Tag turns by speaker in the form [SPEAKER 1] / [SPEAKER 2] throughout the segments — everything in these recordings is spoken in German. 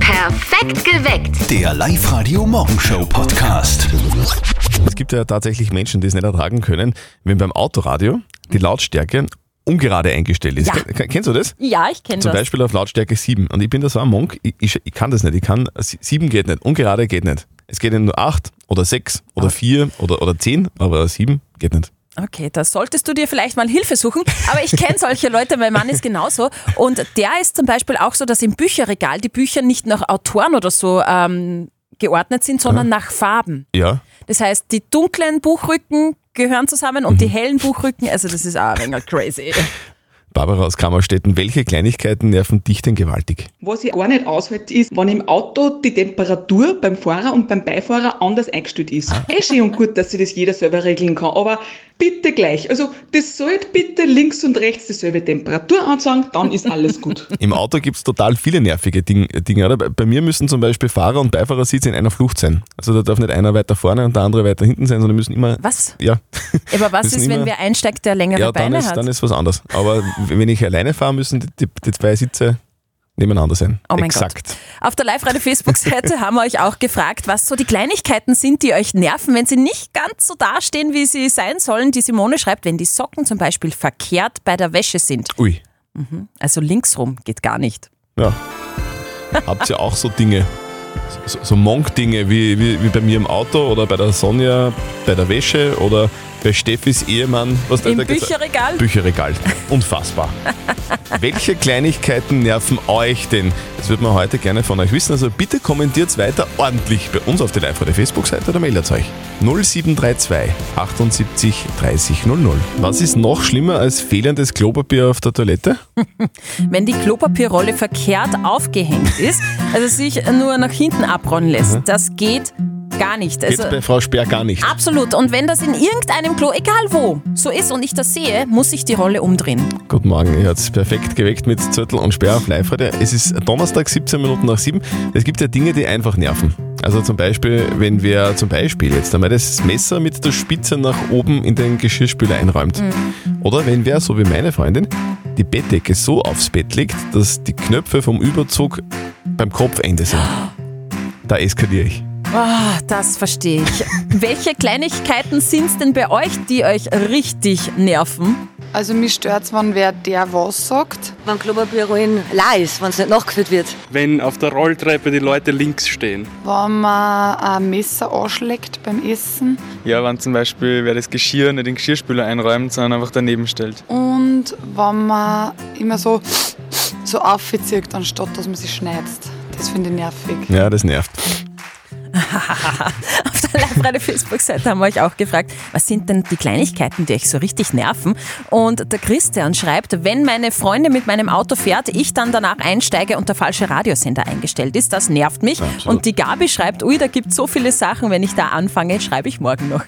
[SPEAKER 1] Perfekt geweckt.
[SPEAKER 2] Der Live-Radio-Morgenshow-Podcast.
[SPEAKER 3] Es gibt ja tatsächlich Menschen, die es nicht ertragen können, wenn beim Autoradio die Lautstärke ungerade eingestellt ist.
[SPEAKER 4] Ja.
[SPEAKER 3] Ken- Kennst du das?
[SPEAKER 4] Ja, ich kenne
[SPEAKER 3] Zum
[SPEAKER 4] das.
[SPEAKER 3] Beispiel auf Lautstärke 7. Und ich bin da so ein Monk, ich, ich, ich kann das nicht. Ich kann, 7 geht nicht, ungerade geht nicht. Es geht ja nur 8 oder 6 oder 4 oder, oder 10, aber 7 geht nicht.
[SPEAKER 4] Okay, da solltest du dir vielleicht mal Hilfe suchen. Aber ich kenne solche Leute, mein Mann ist genauso. Und der ist zum Beispiel auch so, dass im Bücherregal die Bücher nicht nach Autoren oder so ähm, geordnet sind, sondern nach Farben.
[SPEAKER 3] Ja.
[SPEAKER 4] Das heißt, die dunklen Buchrücken gehören zusammen und
[SPEAKER 3] Mhm.
[SPEAKER 4] die hellen Buchrücken, also das ist auch ein wenig crazy.
[SPEAKER 3] Barbara aus Kammerstetten, welche Kleinigkeiten nerven dich denn gewaltig?
[SPEAKER 5] Was ich gar nicht aushalte, ist, wenn im Auto die Temperatur beim Fahrer und beim Beifahrer anders eingestellt ist.
[SPEAKER 2] Ah.
[SPEAKER 5] Eh schön und gut, dass sich das jeder selber regeln kann, aber bitte gleich. Also, das sollte bitte links und rechts dieselbe Temperatur anzeigen, dann ist alles gut.
[SPEAKER 3] Im Auto gibt es total viele nervige Ding, Dinge, oder? Bei- Bei mir müssen zum Beispiel Fahrer und Beifahrersitz in einer Flucht sein. Also da darf nicht einer weiter vorne und der andere weiter hinten sein, sondern die müssen immer.
[SPEAKER 4] Was?
[SPEAKER 3] Ja.
[SPEAKER 4] Aber was
[SPEAKER 3] Müssen
[SPEAKER 4] ist, wenn
[SPEAKER 3] immer-
[SPEAKER 4] wer einsteigt, der längere
[SPEAKER 3] Ja, dann
[SPEAKER 4] Beine
[SPEAKER 3] ist,
[SPEAKER 4] hat?
[SPEAKER 3] dann ist was anderes. Aber wenn ich alleine fahre, müssen die, die, die zwei Sitze nebeneinander sein.
[SPEAKER 4] Oh mein
[SPEAKER 3] Exakt.
[SPEAKER 4] Gott. Auf der Live-Radio-Facebook-Seite haben wir euch auch gefragt, was so die Kleinigkeiten sind, die euch nerven, wenn sie nicht ganz so dastehen, wie sie sein sollen. Die Simone schreibt, wenn die Socken zum Beispiel verkehrt bei der Wäsche sind.
[SPEAKER 3] Ui.
[SPEAKER 4] Also linksrum geht gar nicht.
[SPEAKER 3] Ja. Habt ihr auch so Dinge, so, so Monk-Dinge wie, wie, wie bei mir im Auto oder bei der Sonja, bei der Wäsche oder bei Steffis Ehemann? Was
[SPEAKER 4] Im
[SPEAKER 3] hat er gesagt?
[SPEAKER 4] Bücherregal?
[SPEAKER 3] Bücherregal. Unfassbar. Welche Kleinigkeiten nerven euch denn? Das wird man heute gerne von euch wissen. Also bitte kommentiert es weiter ordentlich bei uns auf der live der Facebook-Seite oder meldet euch. 0732 78 30 00. Was ist noch schlimmer als fehlendes Klopapier auf der Toilette?
[SPEAKER 4] Wenn die Klopapierrolle verkehrt aufgehängt ist, also sich nur nach hinten abrollen lässt, das geht gar nicht.
[SPEAKER 3] Mhm. Geht
[SPEAKER 4] Also,
[SPEAKER 3] bei Frau Speer gar nicht.
[SPEAKER 4] absolut. Und wenn das in irgendeinem Klo, egal wo, so ist und ich das sehe, muss ich die Rolle umdrehen.
[SPEAKER 3] Guten Morgen, ihr habt's perfekt geweckt mit Zettel und Sperr auf live heute. Es ist Donnerstag, 17 Minuten nach 7. Es gibt ja Dinge, die einfach nerven. Also zum Beispiel, wenn wer zum Beispiel jetzt einmal das Messer mit der Spitze nach oben in den Geschirrspüler einräumt. Oder wenn wer, so wie meine Freundin, die Bettdecke so aufs Bett legt, dass die Knöpfe vom Überzug beim Kopfende sind. Da eskaliere ich.
[SPEAKER 4] Ah, das verstehe ich. Welche Kleinigkeiten sind es denn bei euch, die euch richtig nerven?
[SPEAKER 6] Also mich stört's, wenn wer der was sagt.
[SPEAKER 7] Wenn Klopapierrollen leer ist, wenn es nicht nachgefüllt wird.
[SPEAKER 8] wenn auf der Rolltreppe die Leute links stehen.
[SPEAKER 6] Wenn man ein Messer anschlägt beim Essen.
[SPEAKER 8] Ja, wenn zum Beispiel wer das Geschirr nicht in den Geschirrspüler einräumt, sondern einfach daneben stellt.
[SPEAKER 6] Und wenn man immer so, so aufzieht, anstatt dass man sich schneidet. Das finde ich nervig.
[SPEAKER 3] Ja, das nervt.
[SPEAKER 4] Auf der live Facebook-Seite haben wir euch auch gefragt, was sind denn die Kleinigkeiten, die euch so richtig nerven? Und der Christian schreibt, wenn meine Freundin mit meinem Auto fährt, ich dann danach einsteige und der falsche Radiosender eingestellt ist, das nervt mich.
[SPEAKER 3] Absolut.
[SPEAKER 4] Und die Gabi schreibt, ui, da gibt so viele Sachen, wenn ich da anfange, schreibe ich morgen noch.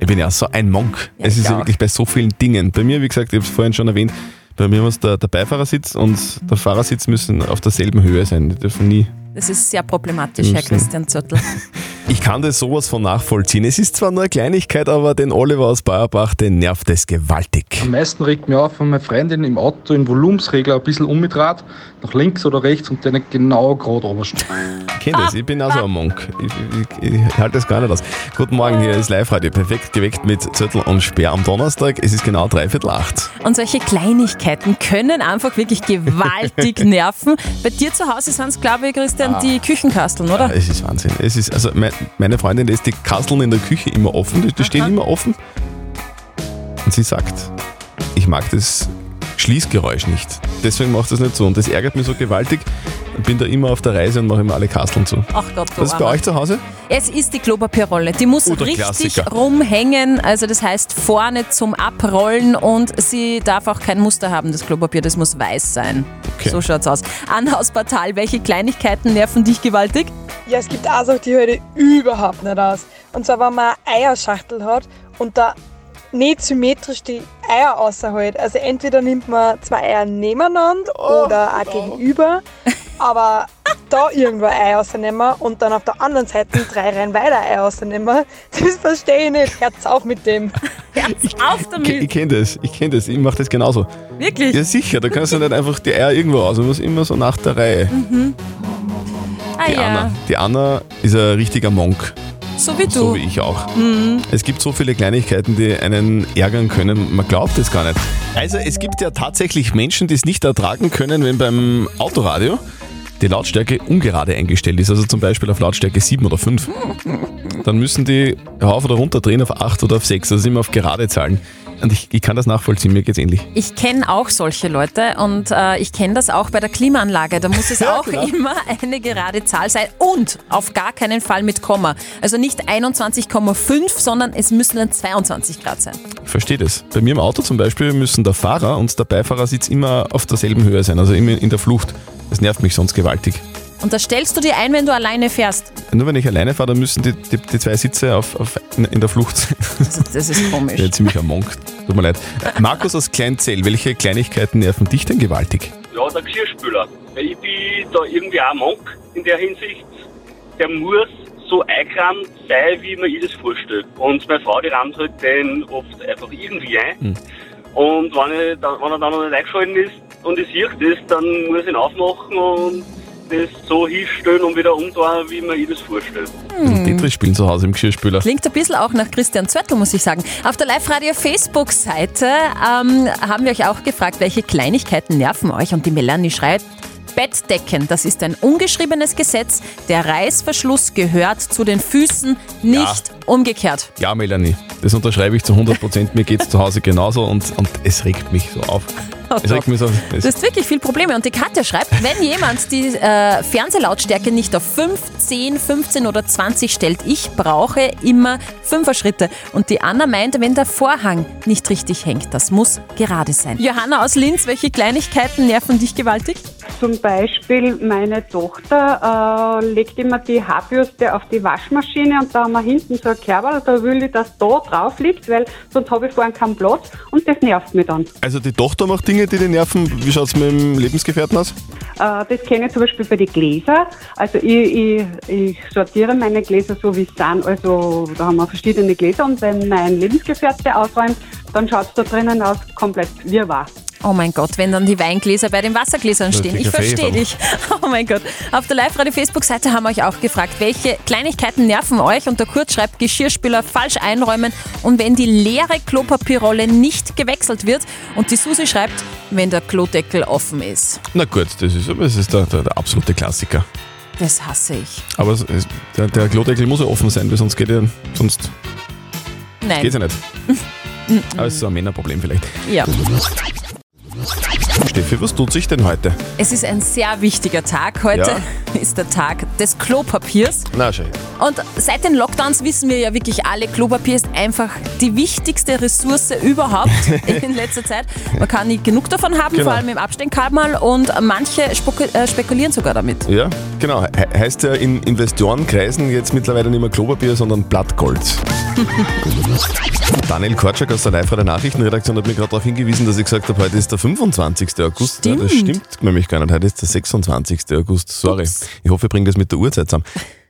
[SPEAKER 3] Ich bin ja so ein Monk.
[SPEAKER 4] Ja,
[SPEAKER 3] es ist
[SPEAKER 4] ich
[SPEAKER 3] ja
[SPEAKER 4] auch.
[SPEAKER 3] wirklich bei so vielen Dingen. Bei mir, wie gesagt, ich habe es vorhin schon erwähnt, bei mir muss der, der Beifahrersitz und der Fahrersitz müssen auf derselben Höhe sein. Die dürfen nie.
[SPEAKER 4] Das ist sehr problematisch, Herr
[SPEAKER 3] Müssen.
[SPEAKER 4] Christian Zürtel.
[SPEAKER 3] Ich kann das sowas von nachvollziehen. Es ist zwar nur eine Kleinigkeit, aber den Oliver aus Bayerbach, den nervt es gewaltig.
[SPEAKER 9] Am meisten regt mir auf, wenn meine Freundin im Auto den Volumensregler ein bisschen umdreht, nach links oder rechts und der nicht genau gerade oben steht.
[SPEAKER 3] Ich kenne das, ich bin auch so ein Monk. Ich, ich, ich, ich halte das gar nicht aus. Guten Morgen, hier ist Live-Radio. Perfekt geweckt mit Zettel und Sperr am Donnerstag. Es ist genau dreiviertel acht.
[SPEAKER 4] Und solche Kleinigkeiten können einfach wirklich gewaltig nerven. Bei dir zu Hause sind es, glaube ich, Christian, die Küchenkasteln,
[SPEAKER 3] Ah. Ja,
[SPEAKER 4] oder?
[SPEAKER 3] Ah, es ist Wahnsinn. Es ist, also mein, meine Freundin lässt die Kasteln in der Küche immer offen, die, die stehen immer offen. Und sie sagt, ich mag das Schließgeräusch nicht. Deswegen macht das nicht so. Und das ärgert mich so gewaltig. Ich bin da immer auf der Reise und mache immer alle Kasteln zu.
[SPEAKER 4] Ach Gott, du
[SPEAKER 3] Was ist bei
[SPEAKER 4] Armer.
[SPEAKER 3] euch zu Hause?
[SPEAKER 4] Es ist die Klopapierrolle. Die muss
[SPEAKER 3] Oh, der
[SPEAKER 4] richtig
[SPEAKER 3] Klassiker.
[SPEAKER 4] rumhängen. Also das heißt vorne zum Abrollen und sie darf auch kein Muster haben, das Klopapier. Das muss weiß sein.
[SPEAKER 3] Okay.
[SPEAKER 4] So schaut's aus. Anna aus Portal, welche Kleinigkeiten nerven dich gewaltig?
[SPEAKER 10] Ja, es gibt auch Sachen, die höre ich überhaupt nicht aus. Und zwar, wenn man eine Eierschachtel hat und da nicht symmetrisch die Eier außerhält. Also entweder nimmt man zwei Eier nebeneinander oder auch gegenüber, aber da irgendwo ein Ei rausnehmen und dann auf der anderen Seite drei Reihen weiter ein Ei rausnehmen, das verstehe ich nicht. Herz auf mit dem.
[SPEAKER 4] Auf
[SPEAKER 3] Ich, ich
[SPEAKER 4] damit!
[SPEAKER 3] kenne das. Ich kenne das. Ich mache das genauso.
[SPEAKER 4] Wirklich?
[SPEAKER 3] Ja sicher, da kannst du nicht einfach die Eier irgendwo aus. Du musst immer so nach der Reihe. Die
[SPEAKER 4] Mhm. Ah ja.
[SPEAKER 3] Anna. Die Anna ist ein richtiger Monk,
[SPEAKER 4] So wie du.
[SPEAKER 3] so wie ich auch. Es gibt so viele Kleinigkeiten, die einen ärgern können, man glaubt es gar nicht. Also es gibt ja tatsächlich Menschen, die es nicht ertragen können, wenn beim Autoradio die Lautstärke ungerade eingestellt ist, also zum Beispiel auf Lautstärke 7 oder 5. Dann müssen die rauf oder runter drehen auf 8 oder auf 6, also immer auf gerade Zahlen. Und ich, ich kann das nachvollziehen, mir geht's ähnlich.
[SPEAKER 4] Ich kenne auch solche Leute und äh, ich kenne das auch bei der Klimaanlage. Da muss es
[SPEAKER 3] Ja,
[SPEAKER 4] auch
[SPEAKER 3] genau.
[SPEAKER 4] immer eine gerade Zahl sein und auf gar keinen Fall mit Komma. Also nicht 21,5, sondern es müssen dann 22 Grad sein.
[SPEAKER 3] Ich verstehe das. Bei mir im Auto zum Beispiel müssen der Fahrer und der Beifahrersitz immer auf derselben Höhe sein, also immer in der Flucht. Das nervt mich sonst gewaltig.
[SPEAKER 4] Und das stellst du dir ein, wenn du alleine fährst.
[SPEAKER 3] Nur wenn ich alleine fahre, dann müssen die, die, die zwei Sitze auf, auf, in, in der Flucht sein.
[SPEAKER 4] Also das ist
[SPEAKER 3] Ich bin
[SPEAKER 4] komisch.
[SPEAKER 3] ein ziemlicher Monk, tut mir leid. Äh, Markus aus Kleinzell, welche Kleinigkeiten nerven dich denn gewaltig?
[SPEAKER 1] Ja, der Geschirrspüler. Weil ich bin da irgendwie auch Monk in der Hinsicht. Der muss so eingerammt sein, wie man ihr das vorstellt. Und meine Frau, die rammt halt den oft einfach irgendwie ein. Und wenn, ich, da- wenn er dann noch nicht eingeschalten ist und ich sehe das, dann muss ich ihn aufmachen und das so hinstellen und wieder umdrehen, wie man ihr das vorstellt.
[SPEAKER 3] Hm. Tetris spielen zu Hause im Geschirrspüler.
[SPEAKER 4] Klingt ein bisschen auch nach Christian Zörtl, muss ich sagen. Auf der Live-Radio-Facebook-Seite ähm, haben wir euch auch gefragt, welche Kleinigkeiten nerven euch. Und die Melanie schreibt, Bettdecken, das ist ein ungeschriebenes Gesetz. Der Reißverschluss gehört zu den Füßen, nicht umgekehrt.
[SPEAKER 3] Ja, Melanie, das unterschreibe ich zu 100 Prozent. Mir geht's zu Hause genauso und, und es regt mich so auf. Es regt mich so auf.
[SPEAKER 4] Also, Du hast wirklich viel Probleme. Und die Katja schreibt, wenn jemand die äh, Fernsehlautstärke nicht auf 5, 10, 15 oder 20 stellt, ich brauche immer Fünfer-Schritte. Und die Anna meint, wenn der Vorhang nicht richtig hängt, das muss gerade sein. Johanna aus Linz, welche Kleinigkeiten nerven dich gewaltig?
[SPEAKER 2] Zum Beispiel meine Tochter äh, legt immer die Haarbürste auf die Waschmaschine und da haben wir hinten so ein Kerl, da will ich, dass da drauf liegt, weil sonst habe ich vorhin keinen Platz und das nervt mich dann.
[SPEAKER 3] Also die Tochter macht Dinge, die den nerven. Wie schaut's mit dem Lebensgefährten aus?
[SPEAKER 2] Äh, das kenne ich zum Beispiel bei den Gläsern. Also ich, ich, ich sortiere meine Gläser so, wie sie sind. Also da haben wir verschiedene Gläser und wenn mein Lebensgefährte ausräumt, dann schaut es da drinnen aus komplett wirrwarr.
[SPEAKER 4] Oh mein Gott, wenn dann die Weingläser bei den Wassergläsern
[SPEAKER 3] Das
[SPEAKER 4] stehen.
[SPEAKER 3] ist die
[SPEAKER 4] Ich verstehe
[SPEAKER 3] Kaffeeform.
[SPEAKER 4] dich. Oh mein Gott. Auf der Live-Radio-Facebook-Seite haben wir euch auch gefragt, welche Kleinigkeiten nerven euch? Und der Kurt schreibt, Geschirrspüler falsch einräumen und wenn die leere Klopapierrolle nicht gewechselt wird. Und die Susi schreibt, wenn der Klodeckel offen ist.
[SPEAKER 3] Na gut, das ist, aber es ist der, der, der absolute Klassiker.
[SPEAKER 4] Das hasse ich.
[SPEAKER 3] Aber es, es, der, der Klodeckel muss ja offen sein, weil sonst geht er, sonst
[SPEAKER 4] Nein.
[SPEAKER 3] geht's ja nicht. Aber es ist ein Männerproblem vielleicht.
[SPEAKER 4] ja.
[SPEAKER 3] Steffi, was tut sich denn heute?
[SPEAKER 4] Es ist ein sehr wichtiger Tag. Heute ist der Tag des Klopapiers.
[SPEAKER 3] Na schön.
[SPEAKER 4] Und seit den Lockdowns wissen wir ja wirklich alle, Klopapier ist einfach die wichtigste Ressource überhaupt in letzter Zeit. Man kann nicht genug davon haben,
[SPEAKER 3] Genau.
[SPEAKER 4] vor allem im Abstehkalmal und manche spoku- äh, spekulieren sogar damit.
[SPEAKER 3] Ja, genau. He heißt ja in Investorenkreisen jetzt mittlerweile nicht mehr Klopapier, sondern Blattgold. Daniel Korczak aus der live der Nachrichtenredaktion hat mir gerade darauf hingewiesen, dass ich gesagt habe, heute ist der 25. August. Ja, das
[SPEAKER 4] Stimmt.
[SPEAKER 3] stimmt nämlich gar nicht. Heute ist der 26. August. Sorry. Ich hoffe, ich bringe das mit der Uhrzeit zusammen.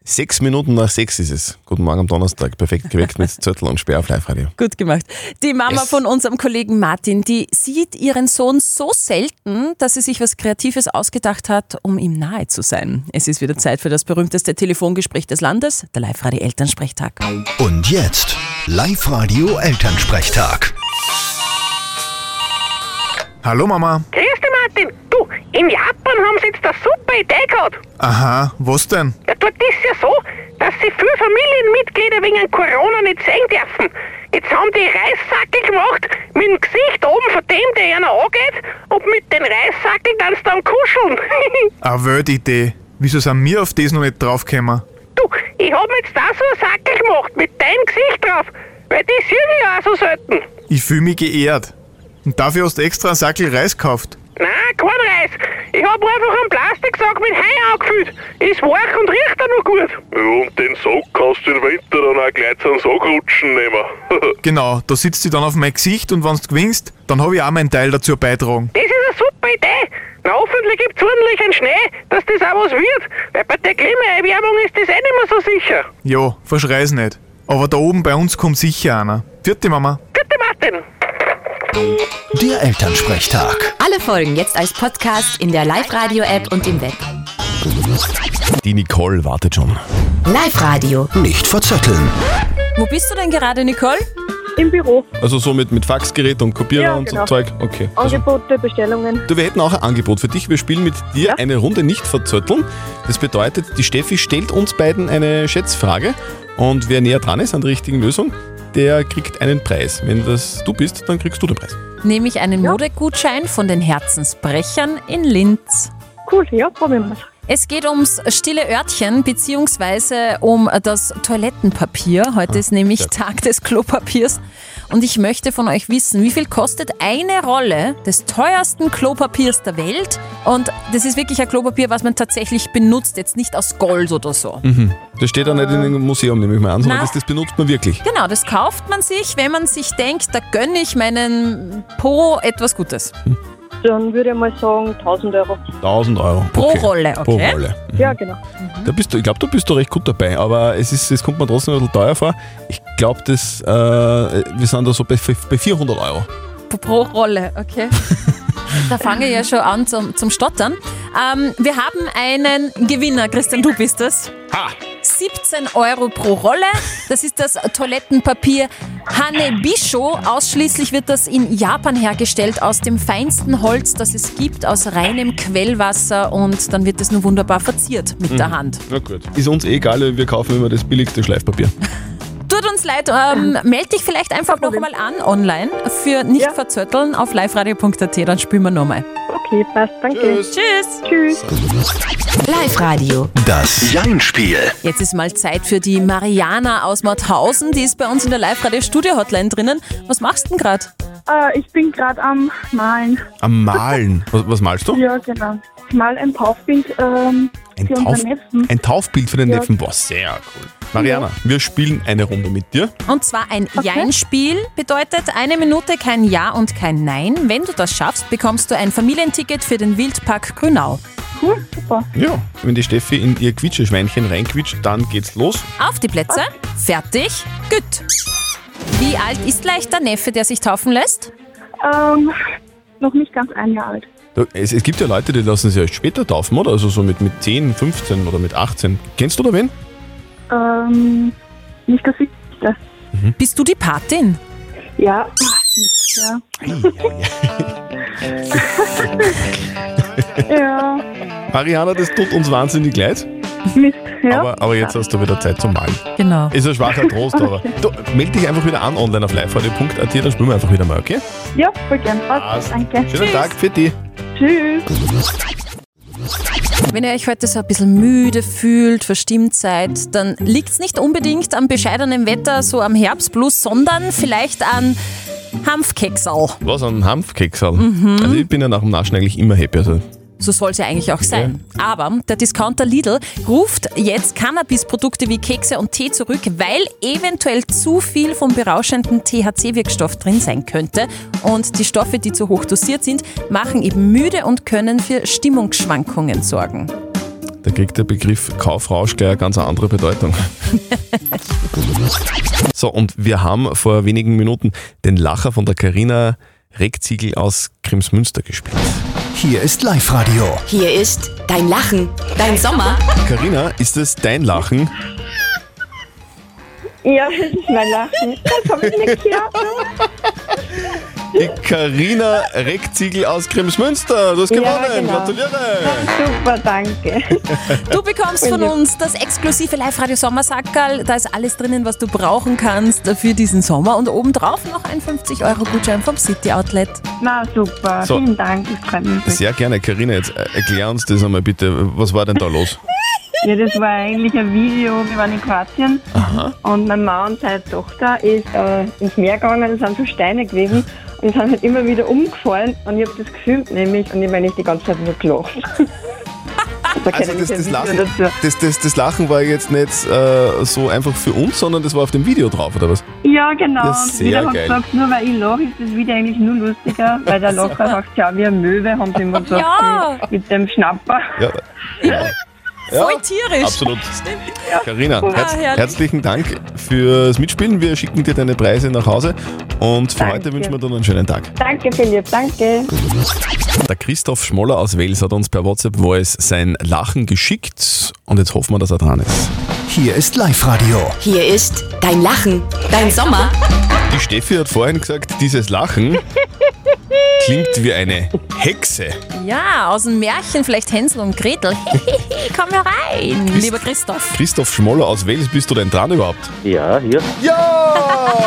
[SPEAKER 3] Sechs Minuten nach sechs ist es. Guten Morgen am Donnerstag. Perfekt geweckt mit Zettel und Sperr auf Live-Radio.
[SPEAKER 4] Gut gemacht. Die Mama
[SPEAKER 3] Yes.
[SPEAKER 4] von unserem Kollegen Martin, die sieht ihren Sohn so selten, dass sie sich was Kreatives ausgedacht hat, um ihm nahe zu sein. Es ist wieder Zeit für das berühmteste Telefongespräch des Landes, der Live-Radio-Elternsprechtag.
[SPEAKER 1] Und jetzt, Live-Radio Elternsprechtag.
[SPEAKER 9] Hallo Mama.
[SPEAKER 2] Grüß dich, Martin. Du, in Japan haben sie jetzt eine super Idee gehabt.
[SPEAKER 9] Aha, was denn?
[SPEAKER 2] Ja, dort ist ja so, dass sie viele Familienmitglieder wegen Corona nicht sehen dürfen. Jetzt haben die Reissackel gemacht, mit dem Gesicht oben von dem, der einer angeht, und mit den Reissackel dann dann kuscheln.
[SPEAKER 9] Eine Weltidee. Wieso sind wir auf das noch nicht draufgekommen?
[SPEAKER 2] du, ich hab mir jetzt da so einen Sackel gemacht, mit deinem Gesicht drauf, weil die sehe ich ja auch so selten.
[SPEAKER 9] Ich fühle mich geehrt. Und dafür hast du extra einen Sackel Reis gekauft.
[SPEAKER 2] Nein, kein Reis. Ich hab einfach einen Plastiksack mit Heu angefüllt. Ist weich und riecht auch noch gut.
[SPEAKER 1] Und den Sack kannst du im Winter dann auch gleich zum Sackrutschen nehmen.
[SPEAKER 9] Genau, da sitzt sie dann auf mein Gesicht und wenn du gewinnst, dann habe ich auch meinen Teil dazu beitragen.
[SPEAKER 2] Das ist eine super Idee. Na, hoffentlich gibt's ordentlich einen Schnee, dass das auch was wird. Weil bei der Klimaerwärmung ist das eh nicht mehr so sicher.
[SPEAKER 9] Ja, verschrei's nicht. Aber da oben bei uns kommt sicher einer. Vierte Mama.
[SPEAKER 2] Gute Martin.
[SPEAKER 1] Der Elternsprechtag.
[SPEAKER 7] Alle Folgen jetzt als Podcast in der Live-Radio-App und im Web.
[SPEAKER 3] Die Nicole wartet schon.
[SPEAKER 11] Live-Radio.
[SPEAKER 12] Nicht verzetteln.
[SPEAKER 4] Wo bist du denn gerade, Nicole?
[SPEAKER 10] Im Büro.
[SPEAKER 3] Also so mit, mit Faxgerät und Kopierer
[SPEAKER 10] Ja,
[SPEAKER 3] und
[SPEAKER 10] genau.
[SPEAKER 3] so Zeug. Okay. Also,
[SPEAKER 10] Angebote, Bestellungen.
[SPEAKER 3] du, wir hätten auch ein Angebot für dich. Wir spielen mit dir eine Runde nicht verzötteln. Das bedeutet, die Steffi stellt uns beiden eine Schätzfrage und wer näher dran ist an der richtigen Lösung, der kriegt einen Preis. Wenn das du bist, dann kriegst du den Preis.
[SPEAKER 4] Nämlich einen Modegutschein von den Herzensbrechern in Linz.
[SPEAKER 10] Cool, ja, probieren wir
[SPEAKER 4] es. geht ums stille Örtchen beziehungsweise um das Toilettenpapier. Heute ist nämlich Tag des Klopapiers. Und ich möchte von euch wissen, wie viel kostet eine Rolle des teuersten Klopapiers der Welt? Und das ist wirklich ein Klopapier, was man tatsächlich benutzt, jetzt nicht aus Gold oder so.
[SPEAKER 3] Mhm. Das steht auch nicht in einem Museum, nehme ich mal an, sondern
[SPEAKER 4] Na.
[SPEAKER 3] das, das benutzt man wirklich.
[SPEAKER 4] Genau, das kauft man sich, wenn man sich denkt, da gönne ich meinen Po etwas Gutes.
[SPEAKER 10] Dann würde ich mal sagen 1000 Euro.
[SPEAKER 3] 1000 Euro.
[SPEAKER 4] Pro Rolle,
[SPEAKER 3] Pro
[SPEAKER 4] okay.
[SPEAKER 3] Rolle. Mhm.
[SPEAKER 10] Ja, genau.
[SPEAKER 3] Da bist du, ich glaube, du bist du recht gut dabei, aber es, ist, es kommt mir trotzdem ein bisschen teuer vor. Ich glaube, das, äh, wir sind da so bei, bei 400 Euro.
[SPEAKER 4] Pro Rolle, okay. Da fange ich ja schon an zum, zum Stottern. Ähm, wir haben einen Gewinner, Christian, du bist es.
[SPEAKER 3] Ha!
[SPEAKER 4] 17 Euro pro Rolle. Das ist das Toilettenpapier Hanebisho. Ausschließlich wird das in Japan hergestellt aus dem feinsten Holz, das es gibt, aus reinem Quellwasser und dann wird es nur wunderbar verziert mit der
[SPEAKER 3] Mhm.
[SPEAKER 4] Hand.
[SPEAKER 3] Na gut. Ist uns eh egal, wir kaufen immer das billigste Schleifpapier.
[SPEAKER 4] Tut uns leid, ähm, melde dich vielleicht einfach nochmal an online für nicht verzötteln auf liveradio.at, dann spielen wir nochmal.
[SPEAKER 10] Okay, passt, danke.
[SPEAKER 4] Tschüss. Tschüss. Live-Radio.
[SPEAKER 12] Das Jein-Spiel.
[SPEAKER 4] Jetzt ist mal Zeit für die Mariana aus Mauthausen. Die ist bei uns in der Live-Radio-Studio-Hotline drinnen. Was machst du denn gerade?
[SPEAKER 13] Äh, ich bin gerade am Malen.
[SPEAKER 3] Am Malen. Was, was malst du?
[SPEAKER 13] Ja, genau. Ich mal ein Taufbild ähm,
[SPEAKER 3] Ein,
[SPEAKER 13] für
[SPEAKER 3] Tauf,
[SPEAKER 13] unseren Neffen.
[SPEAKER 3] ein Taufbild für den
[SPEAKER 13] Ja.
[SPEAKER 3] Neffen. Boah, sehr cool. Mariana, wir spielen eine Runde mit dir.
[SPEAKER 4] Und zwar ein Jein-Spiel bedeutet eine Minute kein Ja und kein Nein. Wenn du das schaffst, bekommst du ein Familienticket für den Wildpark Grünau.
[SPEAKER 13] Cool, super.
[SPEAKER 3] Ja. Wenn die Steffi in ihr Quietscheschweinchen reinquietscht, dann geht's los.
[SPEAKER 4] Auf die Plätze. Fertig. Gut. Wie alt ist gleich der Neffe, der sich taufen lässt?
[SPEAKER 13] Ähm, noch nicht ganz ein Jahr alt.
[SPEAKER 3] Du, Es, es gibt ja Leute, die lassen sich erst später taufen, oder? Also so mit, mit 10, 15 oder mit 18. Kennst du da wen?
[SPEAKER 13] Ähm, nicht, dass ich das.
[SPEAKER 4] Bist du die Patin?
[SPEAKER 13] Ja. Ja. ja.
[SPEAKER 3] Mariana, das tut uns wahnsinnig leid.
[SPEAKER 13] Mist, ja.
[SPEAKER 3] Aber, aber jetzt hast du wieder Zeit zum Malen.
[SPEAKER 4] Genau.
[SPEAKER 3] Ist ein schwacher Trost, aber. Du, melde dich einfach wieder an online auf liveradio.at, dann spielen wir einfach wieder mal, okay?
[SPEAKER 13] Ja, voll gern. Passt. Danke.
[SPEAKER 3] Schönen Tag, für dich.
[SPEAKER 13] Tschüss.
[SPEAKER 4] Wenn ihr euch heute so ein bisschen müde fühlt, verstimmt seid, dann liegt es nicht unbedingt am bescheidenen Wetter, so am Herbstplus, sondern vielleicht an Hanfkeksal.
[SPEAKER 3] Was, ein Hanfkeksal?
[SPEAKER 4] Mhm.
[SPEAKER 3] Also ich bin ja nach dem Naschen eigentlich immer happy. Also.
[SPEAKER 4] So soll es ja eigentlich auch sein. Aber der Discounter Lidl ruft jetzt Cannabisprodukte wie Kekse und Tee zurück, weil eventuell zu viel vom berauschenden THC-Wirkstoff drin sein könnte. Und die Stoffe, die zu hoch dosiert sind, machen eben müde und können für Stimmungsschwankungen sorgen.
[SPEAKER 3] Da kriegt der Begriff Kaufrausch gleich eine ganz andere Bedeutung. so, und wir haben vor wenigen Minuten den Lacher von der Karina Reckziegel aus Kremsmünster gespielt.
[SPEAKER 12] Hier ist Live-Radio.
[SPEAKER 11] Hier ist dein Lachen, dein Sommer.
[SPEAKER 3] Karina, ist es dein Lachen?
[SPEAKER 13] Ja, das ist mein Lachen. Da komme ich nicht ne? her.
[SPEAKER 3] Die Karina Reckziegel aus Kremsmünster, du hast gewonnen.
[SPEAKER 13] genau.
[SPEAKER 3] Gratuliere.
[SPEAKER 13] Super, danke.
[SPEAKER 4] Du bekommst von uns das exklusive Live-Radio Sommersackerl. Da ist alles drinnen, was du brauchen kannst für diesen Sommer. Und obendrauf noch ein 50-Euro-Gutschein vom City Outlet.
[SPEAKER 13] Na super,
[SPEAKER 3] So.
[SPEAKER 13] vielen Dank. Ich freue mich.
[SPEAKER 3] Sehr gerne, Karina, jetzt äh, erklär uns das einmal bitte. Was war denn da los?
[SPEAKER 13] Ja, das war eigentlich ein Video. Wir waren in Kroatien
[SPEAKER 3] Aha.
[SPEAKER 13] und mein Mann und seine Tochter ist äh, ins Meer gegangen. Es sind so Steine gewesen und sind halt immer wieder umgefallen. Und ich habe das gefilmt nämlich und ich meine, ich die ganze Zeit nur gelacht.
[SPEAKER 3] Also das, das, Lachen, das, das, das Lachen war jetzt nicht äh, so einfach für uns, sondern das war auf dem Video drauf, oder was?
[SPEAKER 13] Ja, genau.
[SPEAKER 3] Das
[SPEAKER 13] und
[SPEAKER 3] ist
[SPEAKER 13] wieder
[SPEAKER 3] sehr
[SPEAKER 13] haben sie
[SPEAKER 3] geil.
[SPEAKER 13] gesagt, nur weil ich lache, ist das Video eigentlich nur lustiger, weil der Lacher sagt, schau, wie ein Möwe haben sie immer gesagt,
[SPEAKER 4] Ja.
[SPEAKER 13] mit, mit dem Schnapper.
[SPEAKER 3] Ja,
[SPEAKER 4] Voll tierisch.
[SPEAKER 3] Absolut.
[SPEAKER 4] Stimmt.
[SPEAKER 3] Karina,
[SPEAKER 4] Ah,
[SPEAKER 3] herz
[SPEAKER 4] herrlich.
[SPEAKER 3] herzlichen Dank fürs Mitspielen. Wir schicken dir deine Preise nach Hause und für heute wünschen wir dir noch einen schönen Tag.
[SPEAKER 13] Danke, Philipp, danke.
[SPEAKER 3] Der Christoph Schmoller aus Wales hat uns per WhatsApp Voice sein Lachen geschickt und jetzt hoffen wir, dass er dran ist.
[SPEAKER 12] Hier ist Live-Radio.
[SPEAKER 11] Hier ist dein Lachen, dein Sommer.
[SPEAKER 3] Die Steffi hat vorhin gesagt, dieses Lachen klingt wie eine Hexe.
[SPEAKER 4] Ja, aus dem Märchen vielleicht Hänsel und Gretel. Komm herein, lieber Christoph.
[SPEAKER 3] Christoph Schmoller aus Wales, bist du denn dran überhaupt?
[SPEAKER 14] Ja, hier.
[SPEAKER 3] Ja!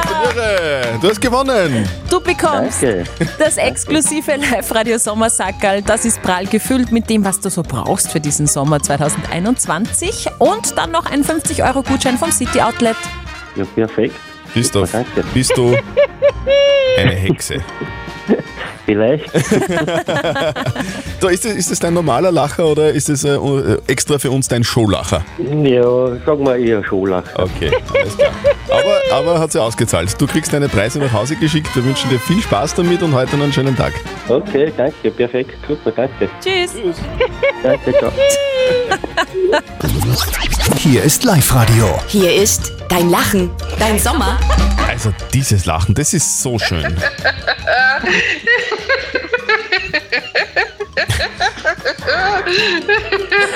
[SPEAKER 3] Gratuliere! Du hast gewonnen!
[SPEAKER 4] Du bekommst
[SPEAKER 14] Danke.
[SPEAKER 4] das exklusive Live-Radio Sommersackerl. Das ist prall gefüllt mit dem, was du so brauchst für diesen Sommer 2021. Und dann noch ein 50-Euro-Gutschein vom City Outlet.
[SPEAKER 14] Ja, perfekt.
[SPEAKER 3] Christoph,
[SPEAKER 14] danke.
[SPEAKER 3] bist du eine Hexe?
[SPEAKER 14] Vielleicht.
[SPEAKER 3] So, ist, das, ist das dein normaler Lacher oder ist das äh, äh, extra für uns dein Showlacher?
[SPEAKER 14] Ja, sag mal eher Scholach.
[SPEAKER 3] Okay, alles klar. Aber, aber hat sie ausgezahlt. Du kriegst deine Preise nach Hause geschickt. Wir wünschen dir viel Spaß damit und heute noch einen schönen Tag.
[SPEAKER 14] Okay, danke, perfekt. Super, danke.
[SPEAKER 4] Tschüss.
[SPEAKER 14] Danke, ciao.
[SPEAKER 12] Hier ist Live-Radio.
[SPEAKER 11] Hier ist dein Lachen, dein Sommer.
[SPEAKER 3] Also dieses Lachen, das ist so schön.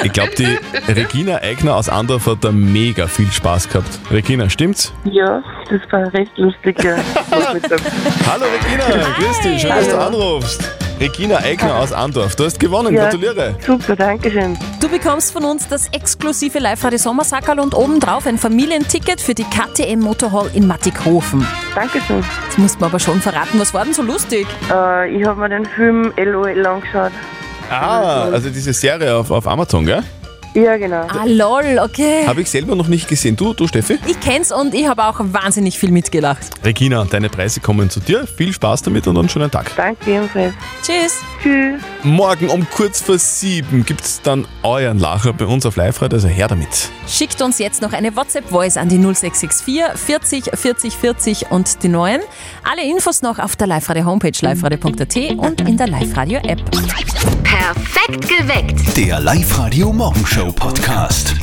[SPEAKER 3] Ich glaube, die Regina Eigner aus Andorf hat da mega viel Spaß gehabt. Regina, stimmt's?
[SPEAKER 15] Ja, das war recht lustig. Ja.
[SPEAKER 3] Hallo Regina, grüß dich, schön, dass du
[SPEAKER 15] Hallo.
[SPEAKER 3] anrufst. Regina Eigner aus Andorf, du hast gewonnen,
[SPEAKER 4] Ja.
[SPEAKER 3] gratuliere.
[SPEAKER 4] Super, danke schön. Du bekommst von uns das exklusive Live-Radio Sommersackerl und obendrauf ein Familienticket für die KTM Motorhall in Mattighofen.
[SPEAKER 15] Dankeschön.
[SPEAKER 4] Jetzt musst du mir aber schon verraten, was war denn so lustig?
[SPEAKER 15] Äh, ich habe mir den Film LOL angeschaut.
[SPEAKER 3] Ah, also diese Serie auf, auf Amazon, gell?
[SPEAKER 15] Ja, genau.
[SPEAKER 4] Ah, lol, okay.
[SPEAKER 3] Habe ich selber noch nicht gesehen. Du, du Steffi?
[SPEAKER 4] Ich kenn's und ich habe auch wahnsinnig viel mitgelacht.
[SPEAKER 3] Regina, deine Preise kommen zu dir. Viel Spaß damit und einen schönen Tag.
[SPEAKER 15] Danke ebenfalls.
[SPEAKER 4] Tschüss.
[SPEAKER 15] Tschüss.
[SPEAKER 3] Morgen um kurz vor sieben gibt's dann euren Lacher bei uns auf Live-Radio, also her damit.
[SPEAKER 4] Schickt uns jetzt noch eine WhatsApp-Voice an die 0664 40 40 40 und die neuen. Alle Infos noch auf der Live-Radio-Homepage liveradio.at und in der Live-Radio-App.
[SPEAKER 11] Perfekt geweckt.
[SPEAKER 12] Der Live-Radio Morgenshow Podcast.